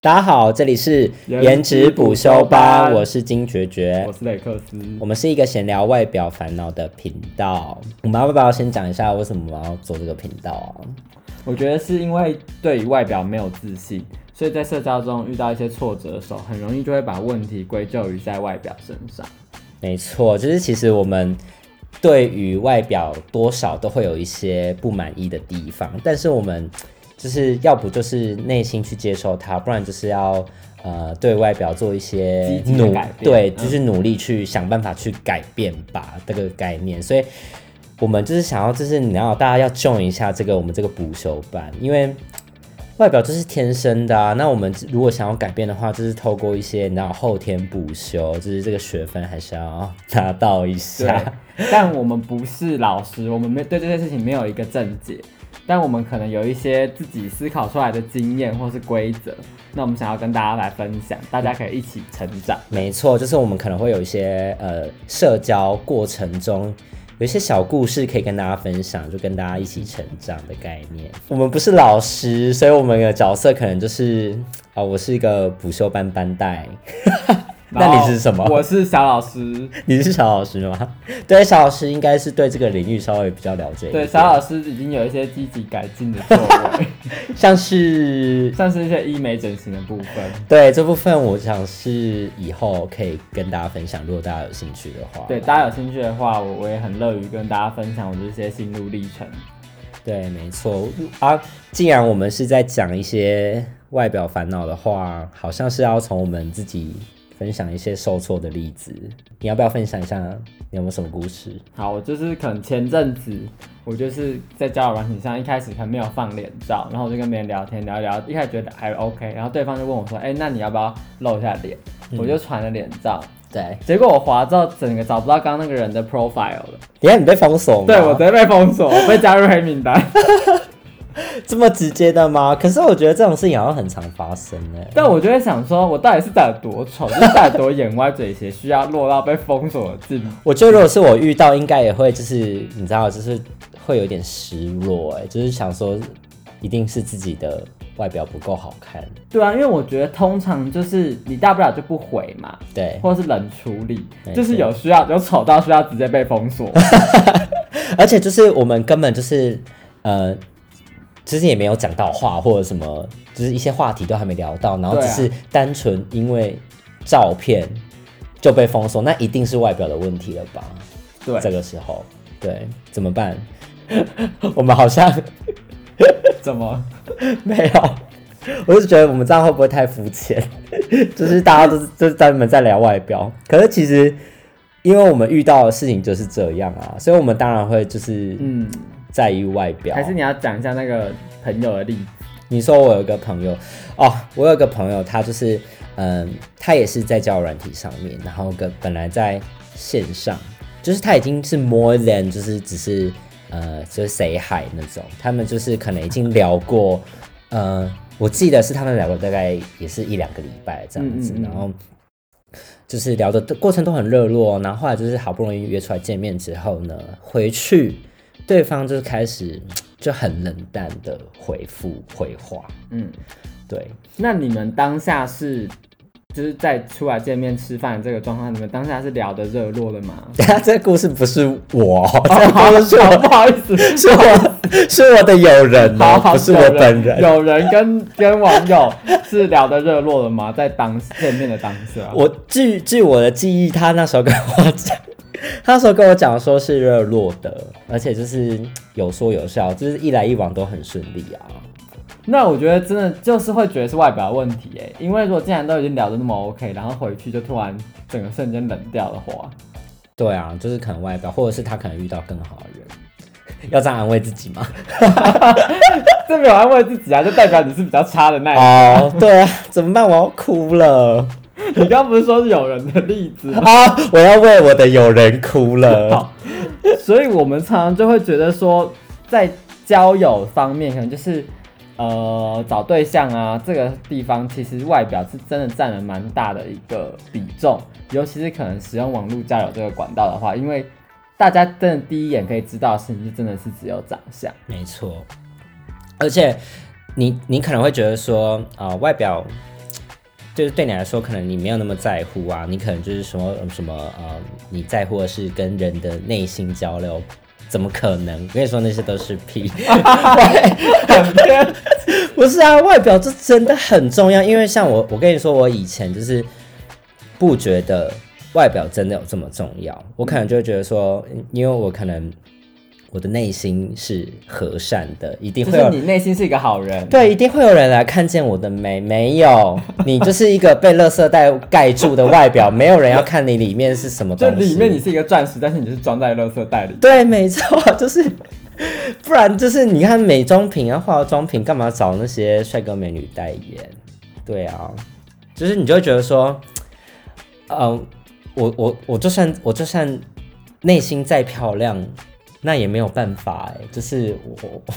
大家好，这里是颜值补修班，我是金觉觉我，是雷克斯。我们是一个闲聊外表烦恼的频道。我们要不要先讲一下为什么我们要做这个频道啊？我觉得是因为对于外表没有自信，所以在社交中遇到一些挫折的时候，很容易就会把问题归咎于在外表身 上。没错，就是其实我们对于外表多少都会有一些不满意的地方，但是我们就是要不就是内心去接受它，不然就是要呃对外表做一些积极地努改变对，嗯就是努力去想办法去改变吧这个概念，所以。我们就是想要，就是你要大家要 join 一下这个我们这个补修班，因为外表就是天生的啊。那我们如果想要改变的话，就是透过一些你知道后天补修，就是这个学分还是要拿到一对下。， 但我们不是老师，我们没对这件事情没有一个正解，但我们可能有一些自己思考出来的经验或是规则，那我们想要跟大家来分享，大家可以一起成长。没错，就是我们可能会有一些呃社交过程中。有一些小故事可以跟大家分享，就跟大家一起成长的概念。我们不是老师，所以我们的角色可能就是啊、我是一个补修班班带。 那你是什么然后我嗯是小老师，你是小老师吗？对，小老师应该是对这个领域稍微比较了解一对，点。小老师已经有一些积极改进的作为， 像是像是一些医美整形的部分。对这部分，我想是以后可以跟大家分享，如果大家有兴趣的话。对，大家有兴趣的话，我我也很乐于跟大家分享我这些心路历程。对，没错啊。既然我们是在讲一些外表烦恼的话，好像是要从我们自己分享一些受挫的例子。你要不要分享一下？你有没有什么故事？好，我就是可能前阵子我就是在交友软体上，一开始可能没有放脸照，然后我就跟别人聊天聊一聊，一开始觉得还 OK，然后对方就问我说：“哎、那你要不要露一下脸？”我就传了脸照，对，结果我滑到整个找不到刚刚那个人的 profile 了，等一下你被封锁吗？对我直接被封锁，我被加入黑名单。 这么直接的吗？可是我觉得这种事情好像很常发生哎、但我就会想说，我到底是长得多丑，就是长得多眼歪嘴斜，需要落到被封锁的地步。我觉得如果是我遇到，应该也会就是你知道，就是会有点失落、哎，就是想说一定是自己的外表不够好看，对啊，因为我觉得通常就是你大不了就不回嘛，对，或者是冷处理没，错就是有需要有丑到需要直接被 封锁。而且就是我们根本就是呃，其实也没有讲到话或者什么，就是一些话题都还没聊到，然后对只啊是单纯因为照片就被封锁，那一定是外表的问题了吧？对，这个时候，对，怎么办？ 我们好像怎么？ 没有，我是觉得我们这样会不会太肤浅？ 就是大家都是就是专门在聊外表，可是其实因为我们遇到的事情就是这样啊，所以我们当然会就是嗯，在意外表。啊还是你要讲一下那个朋友的例子？你说我有一个朋友哦，我有一个朋友，他就是嗯，他也是在交友软体上面，然后跟本来在线上，就是他已经是 more than 就是只是呃就是 say hi 那种，他们就是可能已经聊过，呃，我记得是他们聊过大概也是一两个礼拜这样子，嗯嗯嗯然后。就是聊的过程都很热络，哦然后后来就是好不容易约出来见面之后呢，回去对方就是开始就很冷淡的回复回话，嗯，对， 那你们当下是就是在出来见面吃饭的这个状况，你们当下是聊得热络的吗？等下这个故事不是 我，这个故事是好不我好意 思，是我是我的友人好哦，好，不是有我本人。有人跟 跟网友是聊得热络的吗？在当见面的当下，我据据我的记忆，他那时候跟我讲，他那时候跟我讲说是热络的，而且就是有说有笑，就是一来一往都很顺利啊。那我觉得真的就是会觉得是外表的问题哎，因为如果既然都已经聊得那么 OK，然后回去就突然整个瞬间冷掉的话， 对啊，就是可能外表，或者是他可能遇到更好的人，要这样安慰自己吗？这没有安慰自己啊，就代表你是比较差的 那一个。哦，对啊，怎么办？我要哭了。你刚不是说是有人的例 子吗？啊！我要为我的友人哭了。好所以我们常常就会觉得说，在交友方面，可能就是呃找对象啊这个地方，其实外表是真的占了蛮大的一个比重，尤其是可能使用网络交友这个管道的话，因为大家真的第一眼可以知道的事情，就真的是只有长相。没呃错，而且你你可能会觉得说，啊、外表就是对你来说，可能你没有那么在乎啊，你可能就是说呃什么呃，你在乎的是跟人的内心交流，怎么可能？我跟你说那些都是屁。 不是啊，外表这真的很重要，因为像我，我跟你说，我以前就是不觉得外表真的有这么重要，我可能就会觉得说，因为我可能我的内心是和善的，一定就会是有你内心是一个好人，对，一定会有人来看见我的美。没 有，你就是一个被垃圾袋盖住的外表，没有人要看你里面是什么就东西。里面你是一个钻石，但是你是装在垃圾袋里。 对，没错，就是，不然就是你看美妆品啊、化妆品，干嘛找那些帅哥美女代言？对啊，就是你就会觉得说，呃，我我我就算我就算内心再漂亮，那也没有办法哎、就是我 我。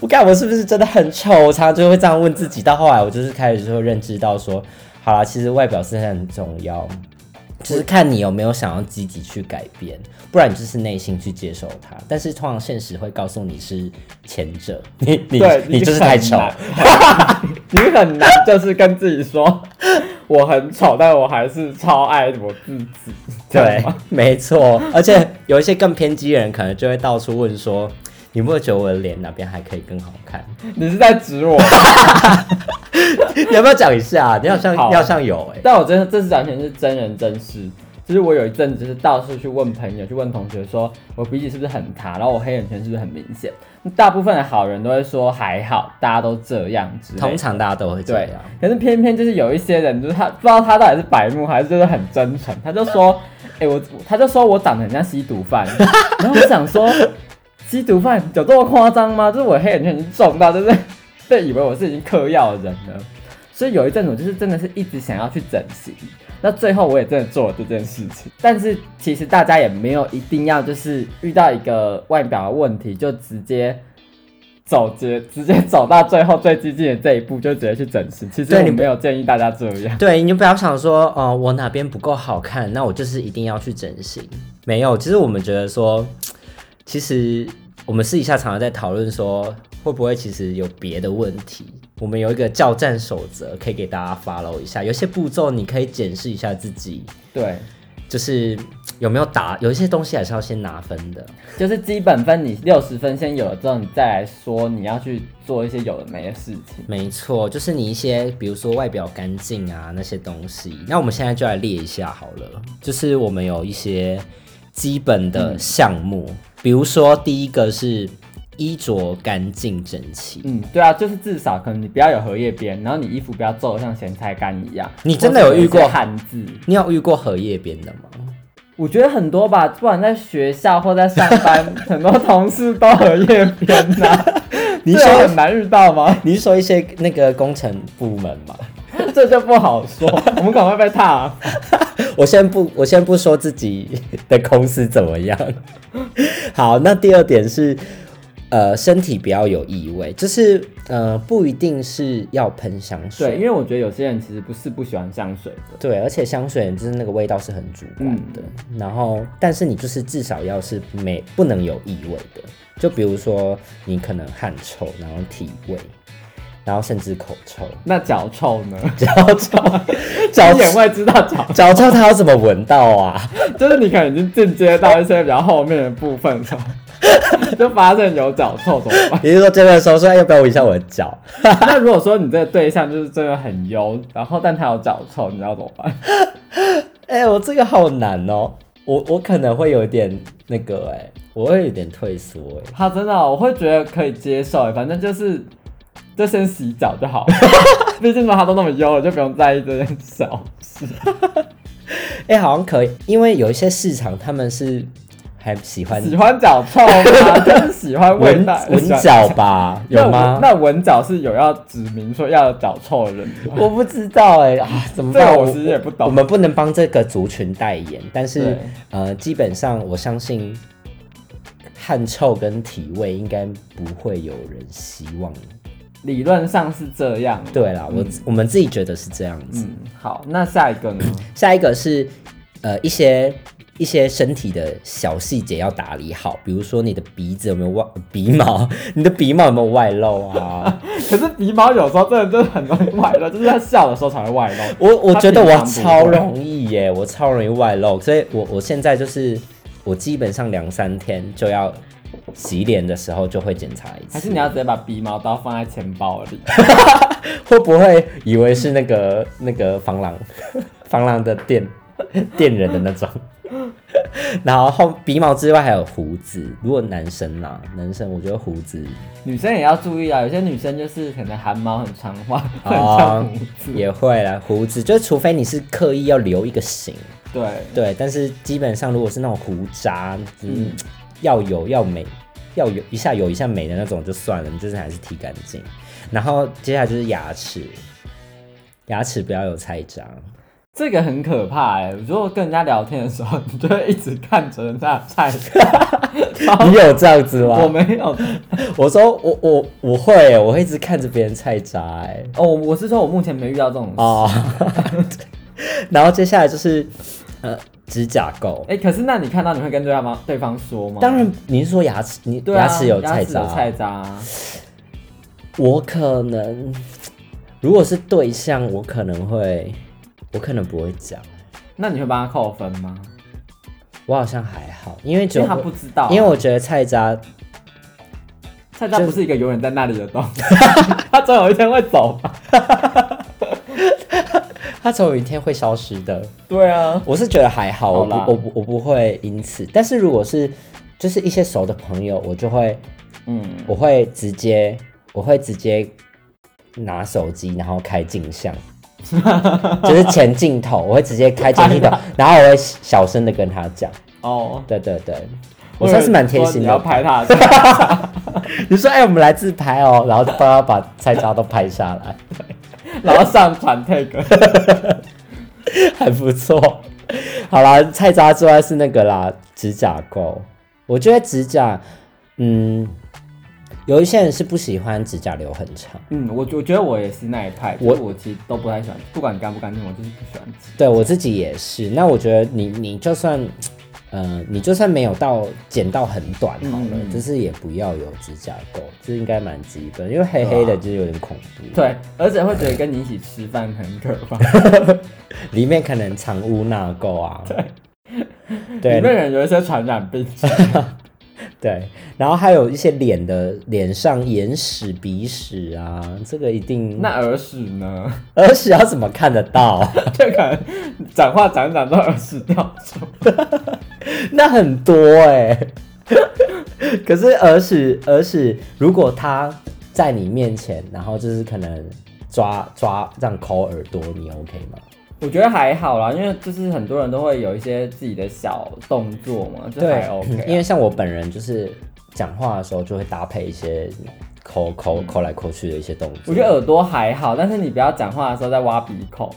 我看我是不是真的很丑？我常常就会这样问自己。到后来，我就是开始就会认知到说，好啦，其实外表是很重要，就是看你有没有想要积极去改变，不然你就是内心去接受它。但是通常现实会告诉你是前 者，你你对，你就是太丑。 你很难就是跟自己说我很丑，但我还是超爱我自己。这样对 吗， 没错。而且有一些更偏激的人，可能就会到处问说：“你有没有觉得我的脸哪边还可以更好看？ 你是在指我，你要不要讲一下？啊你好像好要像有哎、 但我真的这是完全是真人真事。就是我有一阵子就是到处去问朋友，去问同学说我鼻子是不是很塌，然后我黑眼圈是不是很明显。大部分的好人都会说还好，大家都这样之类的。通常大家都会这对样。，可是偏偏就是有一些人，就是他不知道他到底是白目还是就是很真诚，他就说，哎、我他就说我长得很像吸毒犯， 然后我想说，吸毒犯有这么夸张吗？就是我黑眼圈已经重到，就是被以为我是已经嗑药的人了。所以有一阵子我就是真的是一直想要去整形，那最后我也真的做了这件事情。但是其实大家也没有一定要就是遇到一个外表的问题就直接走直直接走到最后最激进的这一步就直接去整形。其实对我你不没有建议大家这样。对，你就不要想说，哦、我哪边不够好看，那我就是一定要去整形。没有，其实我们觉得说，其实我们私底下常常在讨论说，会不会其实有别的问题？我们有一个教战守则，可以给大家 follow 一下。有些步骤你可以检视一下自己，对，就是有没有打，有一些东西还是要先拿分的。就是基本分你六十分先有了之后，你再来说你要去做一些有的没的事情。没错，就是你一些，比如说外表干净啊那些东西。那我们现在就来列一下好了，就是我们有一些基本的项目，比如说第一个是衣着干净整齐。嗯，对啊，就是至少可能你不要有荷叶边，然后你衣服不要皱得像咸菜干一样。你真的有遇过或者一些汉字？你有遇过荷叶边的吗？我觉得很多吧，不管在学校或在上班，很多同事都荷叶边呐、 你这说很难遇到吗？你是说一些那个工程部门吗？这就不好说，我们可能会被踏。我先不，我先不说自己 的公司怎么样。 好，那第二点是，呃，身体不要有异味，就是呃，不一定是要喷香水。对，因为我觉得有些人其实不是不喜欢香水的，对，而且香水就是那个味道是很主观的，然后但是你就是至少要是没不能有异味的，就比如说你可能汗臭，然后体味，然后甚至口臭， 那脚臭呢？脚臭，脚你也臭，会知道脚，脚臭它要怎么闻到啊？ 就是你可能已经进阶到一些比较后面的部分了， 就发现有脚臭怎么办？你是说见面的时候说哎要不要闻一下我的脚？ 那如果说你这个对象就是真的很优，然后但他有脚臭，你要怎么办？哎、我这个好难哦，我我可能会有点那个哎、我会有点退缩哎、他真的哦、我会觉得可以接受欸，反正就是就先洗脚就好了。 毕竟嘛，他都那么优了，就不用在意这件小事。哦哎、好像可以，因为有一些市场他们是还喜欢喜欢脚臭吗？就是喜欢味闻道，闻喜欢脚吧？有吗？啊 那闻那闻脚是有要指明说要脚臭的人 吗？我不知道哎、啊，怎么这办？个我其实也不懂我们不能帮这个族群代言，但是对呃，基本上我相信汗臭跟体味应该不会有人希望。理论上是这样。对啦，嗯我、我们自己觉得是这样子。嗯嗯，好，那下一个呢？下一个是呃一些一些身体的小细节要打理好，比如说你的鼻子有没有外鼻毛，你的鼻毛有没有外露 啊？可是鼻毛有时候真的真的很容易外露，就是他笑的时候才会外露。我我觉得他我平常不超会容易耶，我超容易外露，所以我我现在就是我基本上两三天就要洗脸的时候就会检查一次，还是你要直接把鼻毛刀放在钱包 里？会不会以为是那个那个防狼 防狼的电电人的那种？ 然后后鼻毛之外还有胡子，如果男生啦、男生我觉得胡子女生也要注意啊，有些女生就是可能汗毛很长嘛，很啊像胡子。也会啦，胡子就除非你是刻意要留一个型，对，对，但是基本上如果是那种胡渣，嗯，要有要美，要有一下有一下美的那种就算了，你就是还是剃干净。然后接下来就是牙齿，牙齿不要有菜渣。这个很可怕哎、如果跟人家聊天的时候，你就会一直看着人家的 菜。你有这样子吗？哦我没有我说我我我会耶，我会一直看着别人菜渣哎。哦，我是说我目前没遇到这种事。哎、哦， 然后接下来就是呃指甲垢。哎可是那你看到你会跟对方对方说吗？当，然，你是说牙齿？你对啊，牙齿有菜牙渣？有菜渣啊。我可能，如果是对象，我可能会，我可能不会讲。那你会帮他扣分吗？我好像还好，因为只因有为他不知道啊、因为我觉得菜渣菜渣不是一个永远在那里的东 西， 他总有一天会走吧？它总有一天会消失的。对啊，我是觉得还好，我好啦不我不我不会因此。但是如果是就是一些熟的朋友，我就会嗯，我会直接，我会直接拿手机，然后开镜 像，就是前镜头，我会直接开前镜 头，然后我会小声的跟他讲，哦，对对对，我算是蛮贴心我以为你说你要的。拍他的菜渣，你说，哎、我们来自拍哦，然后帮他把菜渣都拍下来， 然后上传 tag。 还不错。好啦，菜渣之外是那个啦，指甲垢。我觉得指甲，嗯，有一些人是不喜欢指甲留很长。嗯，我我觉得我也是那一派，我我我其实都不太喜欢，不管干不干净，我就是不喜欢吃。对我自己也是。那我觉得你你就算，呃，你就算没有到剪到很短好了，嗯嗯嗯就是也不要有指甲垢，这应该蛮基本，因为黑黑的就是有点恐怖。对，而且会觉得跟你一起吃饭很可怕，里面可能藏污纳垢啊。里 对，面人有一些传 染病。对，然后还有一些脸的脸上眼屎、鼻屎啊，这个一定。那耳屎呢？ 耳屎要怎么看得到？就可能讲话讲一讲都耳屎掉出来。 那很多哎、 可是耳屎，耳屎，如果他在你面前，然后就是可能抓抓这样抠耳朵，你 OK 吗？我觉得还好啦，因为就是很多人都会有一些自己的小动作嘛，就还 OK 啊、因为像我本人就是讲话的时候就会搭配一些抠抠抠来抠去的一些动作。嗯我觉 得耳朵还好，但是你不要讲话的时候在挖鼻孔。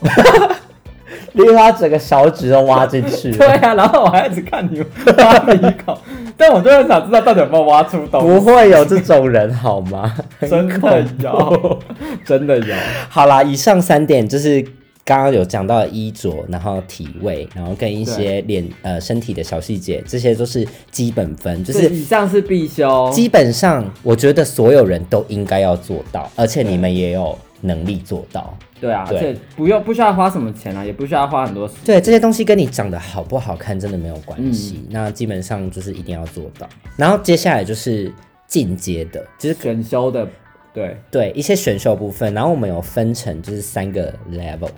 例如他整个小指都挖进去 对啊，然后我还一直看你挖鼻孔， 但我就很想知道到底有没有挖出东西。不会有这种人好吗？ 真的 有，真的有。好啦，以上三点就是刚刚有讲到的衣着，然后体味，然后跟一些脸呃身体的小细节，这些都是基本分，就就是是以上是必修，基本上我觉得所有人都应该要做到，而且你们也有能力做到。对啊，对而且不用不需要花什么钱啊，也不需要花很多时。对，这些东西跟你长得好不好看真的没有关系，嗯那基本上就是一定要做到。然后接下来就是进阶的，就是选修的，对，对一些选秀部分，然后我们有分成就是三个 level。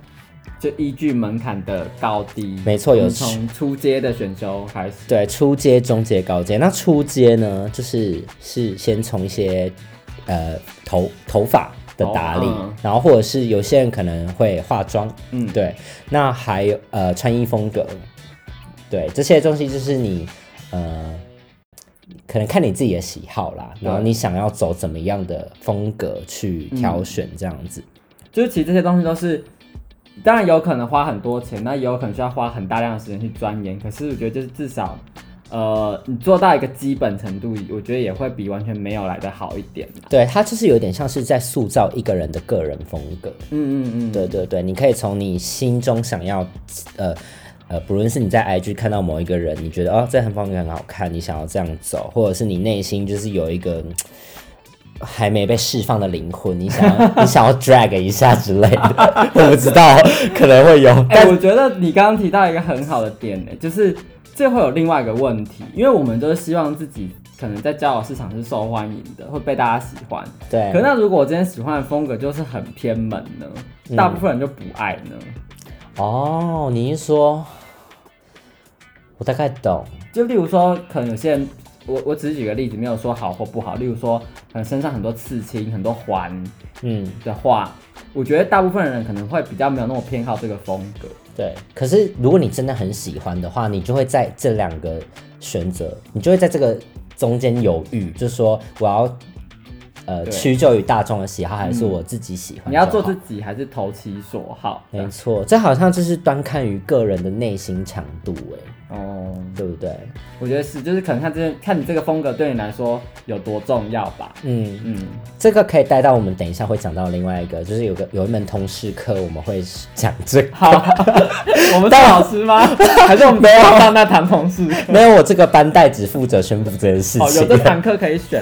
就依据门槛的高低，没错有你从初阶的选修开始，对，初阶、中阶、高阶。那初阶呢，就是是先从一些呃头头发的打理，哦嗯然后或者是有些人可能会化妆，嗯，对。那还有呃穿衣风格，对这些东西就是你呃可能看你自己的喜好啦，然后对嗯你想要走怎么样的风格去挑选这样子。就是其实这些东西都是，当然有可能花很多钱，那也有可能需要花很大量的时间去钻研。可是我觉得就是至少，呃，你做到一个基本程度，我觉得也会比完全没有来的好一点啦。对，它就是有点像是在塑造一个人的个人风格。嗯嗯嗯，对对对，你可以从你心中想要，呃呃，不论是你在 IG 看到某一个人，你觉得哦，这很方面很好看，你想要这样走，或者是你内心就是有一个嗯还没被释放的灵魂，你想要你 想要 drag 一下之类的，我不知道，可能会有，哎、但我觉得你刚刚提到一个很好的点呢、就是这会有另外一个问题，因为我们都是希望自己可能在交友市场是受欢迎的，会被大家喜欢。可对那如果我今天喜欢的风格就是很偏门呢，大部分人就不爱呢，哦，你一说，我大概懂，就例如说，可能有些人。我我只是举个例子，没有说好或不好。例如说，可能身上很多刺青、很多环嗯。的话，我觉得大部分人可能会比较没有那么偏好这个风格。对，可是如果你真的很喜欢的话，你就会在这两个选择，你就会在这个中间犹豫，就是说我要呃对屈就于大众的喜好，还是我自己喜欢、你要做自，己啊还是投其所好？没错，这好像就是端看于个人的内心强度，哎，哦、对不对？我觉得是，就是可能看这看你这个风格对你来说有多重要吧。嗯，嗯，这个可以带到我们等一下会讲到另外一个，就是有个有一门通识课，我们会讲这个。 好， 我们是老师吗？ 还是我们没有上那堂同事？没有，我这个班代只负责宣布这件事情。哦，有这堂课可以选。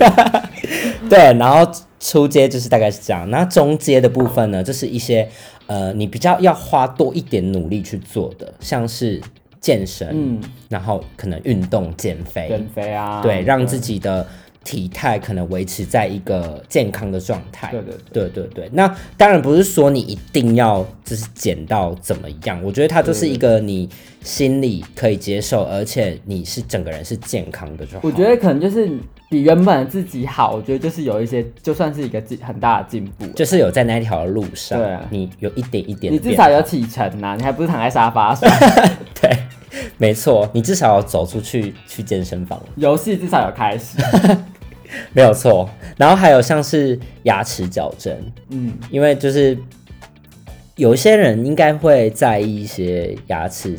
对，然后初阶就是大概是这样，那中阶的部分呢，就是一些呃，你比较要花多一点努力去做的，像是健身，嗯，然后可能运动、减肥，减肥啊，对，让自己的体态可能维持在一个健康的状态。对对对对对那当然不是说你一定要就是减到怎么样，我觉得它就是一个你心里可以接受，而且你是整个人是健康的就好。我觉得可能就是比原本自己好，我觉得就是有一些，就算是一个进很大的进步。就是有在那一条路上，对啊你有一点一点，啊你至少有启程呐、啊你还不是躺在沙发上。 对，没错，你至少有走出去去健身房，游戏至少有开始。没有错。然后还有像是牙齿矫正，嗯，因为就是有一些人应该会在意一些牙齿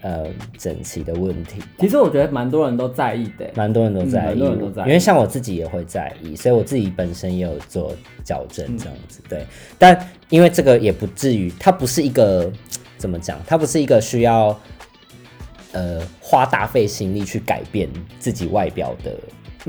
呃整齐的问题，其实我觉得蛮多人都在意的、蛮多人都在嗯蛮意，多人都在意因为像我自己也会在意，所以我自己本身也有做矫正这样子，对。但因为这个也不至于，它不是一个怎么讲，它不是一个需要呃花大费心力去改变自己外表的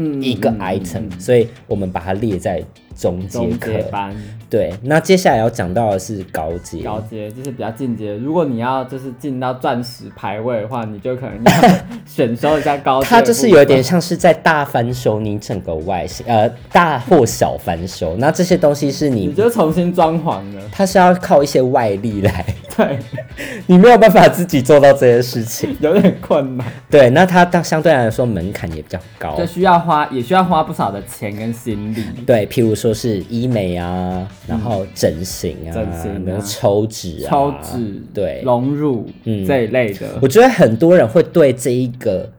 嗯，一个嗯 item，、所以我们把它列在中阶中课阶。班。对，那接下来要讲到的是高阶，高阶就是比较进阶。如果你要就是进到钻石排位的话，你就可能 要选修一下高阶。它就是有点，像是在大翻修你整个外形，呃，大或小翻修。那这些东西是你你就重新装潢了。它是要靠一些外力来， 对， 你没有办法自己做到这些事情。有点困难，对，那它当相对来说门槛也比较高就。需要花，也需要花不少的钱跟心力。对，譬如说是医美啊，然后整形啊，整形啊然后抽脂啊，抽脂、对，隆乳、嗯这一类的我，觉得很多人会对这一个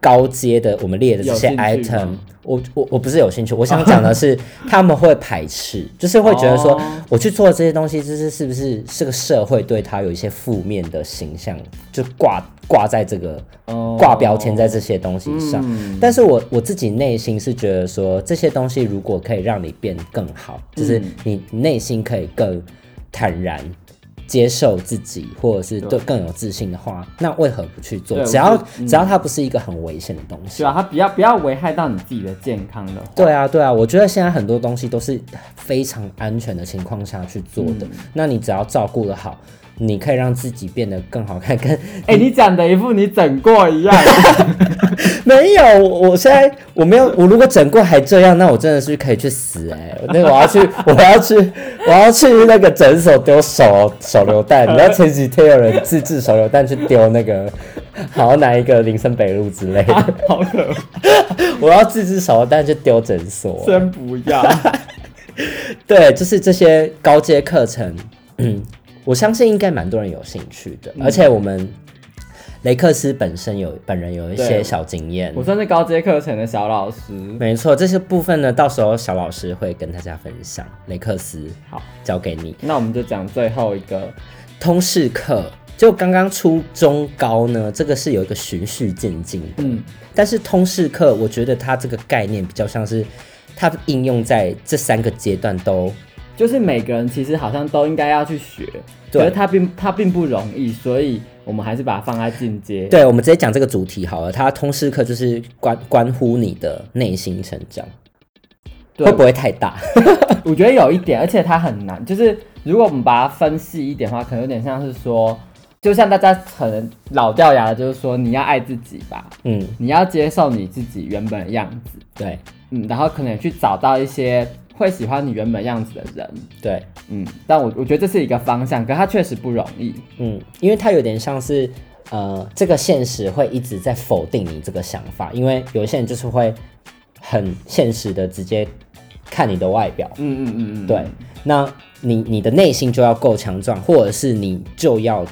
高阶的我们列的这些有兴趣 item 吗。我我我不是有兴趣，我想讲的 是他们会排斥，就是会觉得说哦我去做这些东西，就是是不是这个社会对他有一些负面的形象，就挂挂在这个哦挂标签在这些东西 上。嗯但是我我自己内心是觉得说，这些东西如果可以让你变更好，嗯就是你内心可以更坦然接受自己，或者是对更有自信的话，那为何不去做？对只要我觉得嗯只要它不是一个很危险的东西对。啊，它不要不要危害到你自己的健康 的话。对啊，对啊，我觉得现在很多东西都是非常安全的情况下去做的。嗯那你只要照顾得好，你可以让自己变得更好看，跟哎、你讲的一副你整过一样， 没有，我我现在我没有，我如果整过还这样，那我真的是可以去死哎、那我要去，我要去，我要去那个诊所丢手手榴弹。你知道前几天有人自制手榴弹去丢那个，好像哪一个林森北路之类的，好可怕， 我要自制手榴弹去丢诊所。真不 要。对，就是这些高阶课程， 嗯，我相信应该蛮多人有兴趣的，而且我们雷克斯本身有本人有一些对小经验，我算是高阶课程的小老师。没错，这些部分呢，到时候小老师会跟大家分享。雷克斯好，交给你，那我们就讲最后一个，通识课就刚刚初中高呢，这个是有一个循序渐进的。嗯，但是通识课，我觉得它这个概念比较像是它应用在这三个阶段都就是每个人其实好像都应该要去学，对可是它并它并不容易，所以我们还是把它放在进阶。对，我们直接讲这个主题好了。它通识课就是关关乎你的内心成长，对会不会太大？我觉得有一点，而且它很难，就是如果我们把它分析一点的话，可能有点像是说，就像大家可能老掉牙的，就是说你要爱自己吧，嗯，你要接受你自己原本的样子，对嗯，然后可能去找到一些会喜欢你原本样子的人，对，嗯，但我我觉得这是一个方向，可它确实不容易，嗯，因为它有点像是呃，这个现实会一直在否定你这个想法，因为有些人就是会很现实的直接看你的外表，嗯嗯嗯嗯，对，那你你的内心就要够强壮，或者是你就要，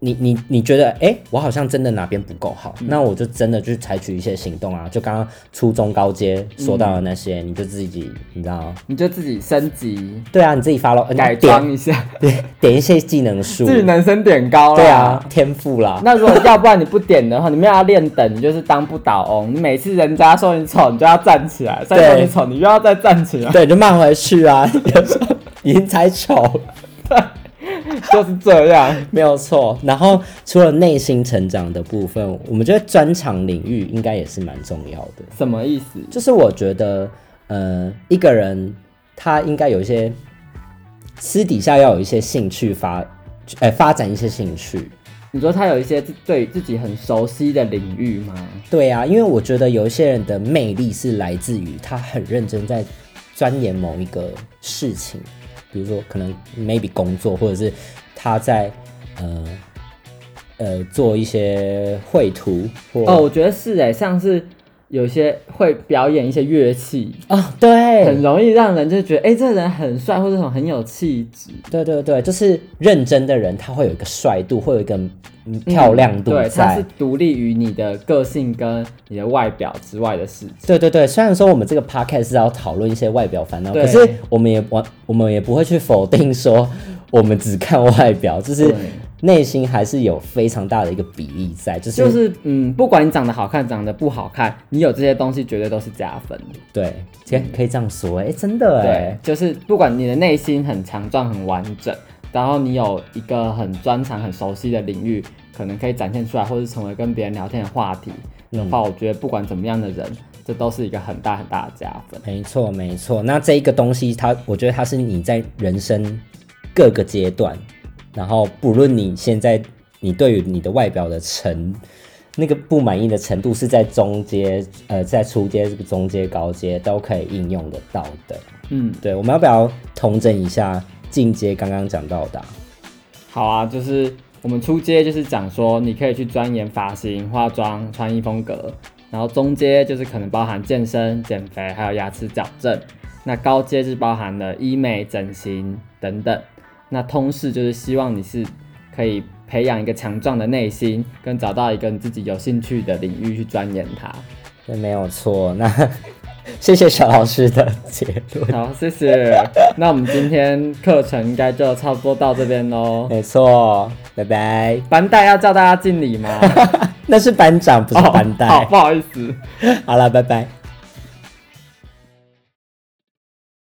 你你你觉得，哎、我好像真的哪边不够嗯好，那我就真的去采取一些行动啊，就刚刚初中高阶说到的那些，嗯你就自己，你知道，你就自己升级对啊，你自己发 o 改装一下，点点一些技能书，自己能升点高了，对啊，天赋啦，那如果要不然你不点的话，你没有要练等，你就是当不倒翁。你每次人家说你丑，你就要站起来；再说你丑，你又要再站起 来，对，就慢回去啊， 有时候已经才丑。就是这样。没有错，然后除了内心成长的部分，我们觉得专长领域应该也是蛮重要的。什么意思？就是我觉得，呃，一个人他应该有一些私底下要有一些兴趣发，呃，发展一些兴趣。你说他有一些自对自己很熟悉的领域吗？对啊，因为我觉得有一些人的魅力是来自于他很认真在钻研某一个事情，比如说可能 maybe 工作，或者是他在呃呃做一些绘图或哦，我觉得是哎，像是有些会表演一些乐器，啊对，很容易让人就觉得，哎，这人很帅，或者很很有气质，对对对，就是认真的人，他会有一个帅度，会有一个嗯漂亮度对，它在。是独立于你的个性跟你的外表之外的事情。对对对，虽然说我们这个 podcast 是要讨论一些外表烦恼，对可是我们也不，我们也不会去否定说我们只看外表，就是对内心还是有非常大的一个比例在，就是、就是嗯，不管你长得好看，长得不好看，你有这些东西绝对都是加分。对，可以可以这样说，哎，真的对哎，，就是不管你的内心很强壮、很完整，然后你有一个很专长、很熟悉的领域，可能可以展现出来，或是成为跟别人聊天的话题的话，我觉得不管怎么样的人，这都是一个很大很大的加分。没错没错。那这一个东西它，我觉得它是你在人生各个阶段，然后不论你现在你对于你的外表的成那个不满意的程度，是在中阶、呃，在初阶、中阶、高阶都可以应用得到的。嗯，对，我们要不要统整一下进阶刚刚讲到的啊、好啊，就是我们初阶就是讲说，你可以去钻研发型、化妆、穿衣风格，然后中阶就是可能包含健身、减肥，还有牙齿矫正。那高阶是包含了医美、整形等等。那通识就是希望你是可以培养一个强壮的内心，跟找到一个你自己有兴趣的领域去钻研 它。对，没有错。那 谢谢小老师的结论。好，谢谢。那我们今天课程应该就差不多到这边喽。没错，拜拜。班带要叫大家敬礼吗？ 那是班长，不是班带。哦好，不好意思。好了，拜拜。